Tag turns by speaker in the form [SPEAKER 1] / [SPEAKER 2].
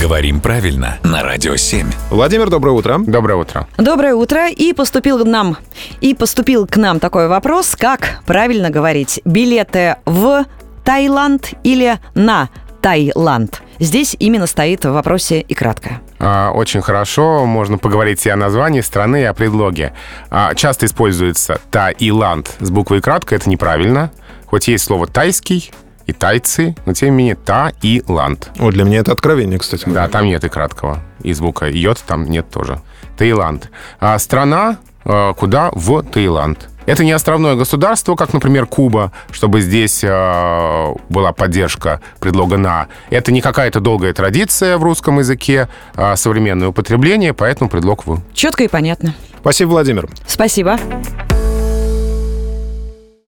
[SPEAKER 1] Говорим правильно на Радио 7.
[SPEAKER 2] Владимир, доброе утро.
[SPEAKER 3] Доброе утро.
[SPEAKER 4] Доброе утро. И поступил нам, и поступил к нам такой вопрос, как правильно говорить билеты в Таиланд или на Таиланд. Здесь именно стоит в вопросе и кратко.
[SPEAKER 3] А, Очень хорошо. Можно поговорить и о названии страны, и о предлоге. А, Часто используется Таиланд с буквой кратко. Это неправильно. Хоть есть слово тайский и тайцы, но тем не менее Таиланд.
[SPEAKER 2] О, для меня это откровение, кстати.
[SPEAKER 3] Да, там нет и краткого. И звука йод там нет тоже. Таиланд. А страна э, куда? В Таиланд. Это не островное государство, как, например, Куба, чтобы здесь э, была поддержка предлога «на». Это не какая-то долгая традиция в русском языке, а современное употребление, поэтому предлог «в».
[SPEAKER 4] Четко и понятно.
[SPEAKER 2] Спасибо, Владимир.
[SPEAKER 4] Спасибо.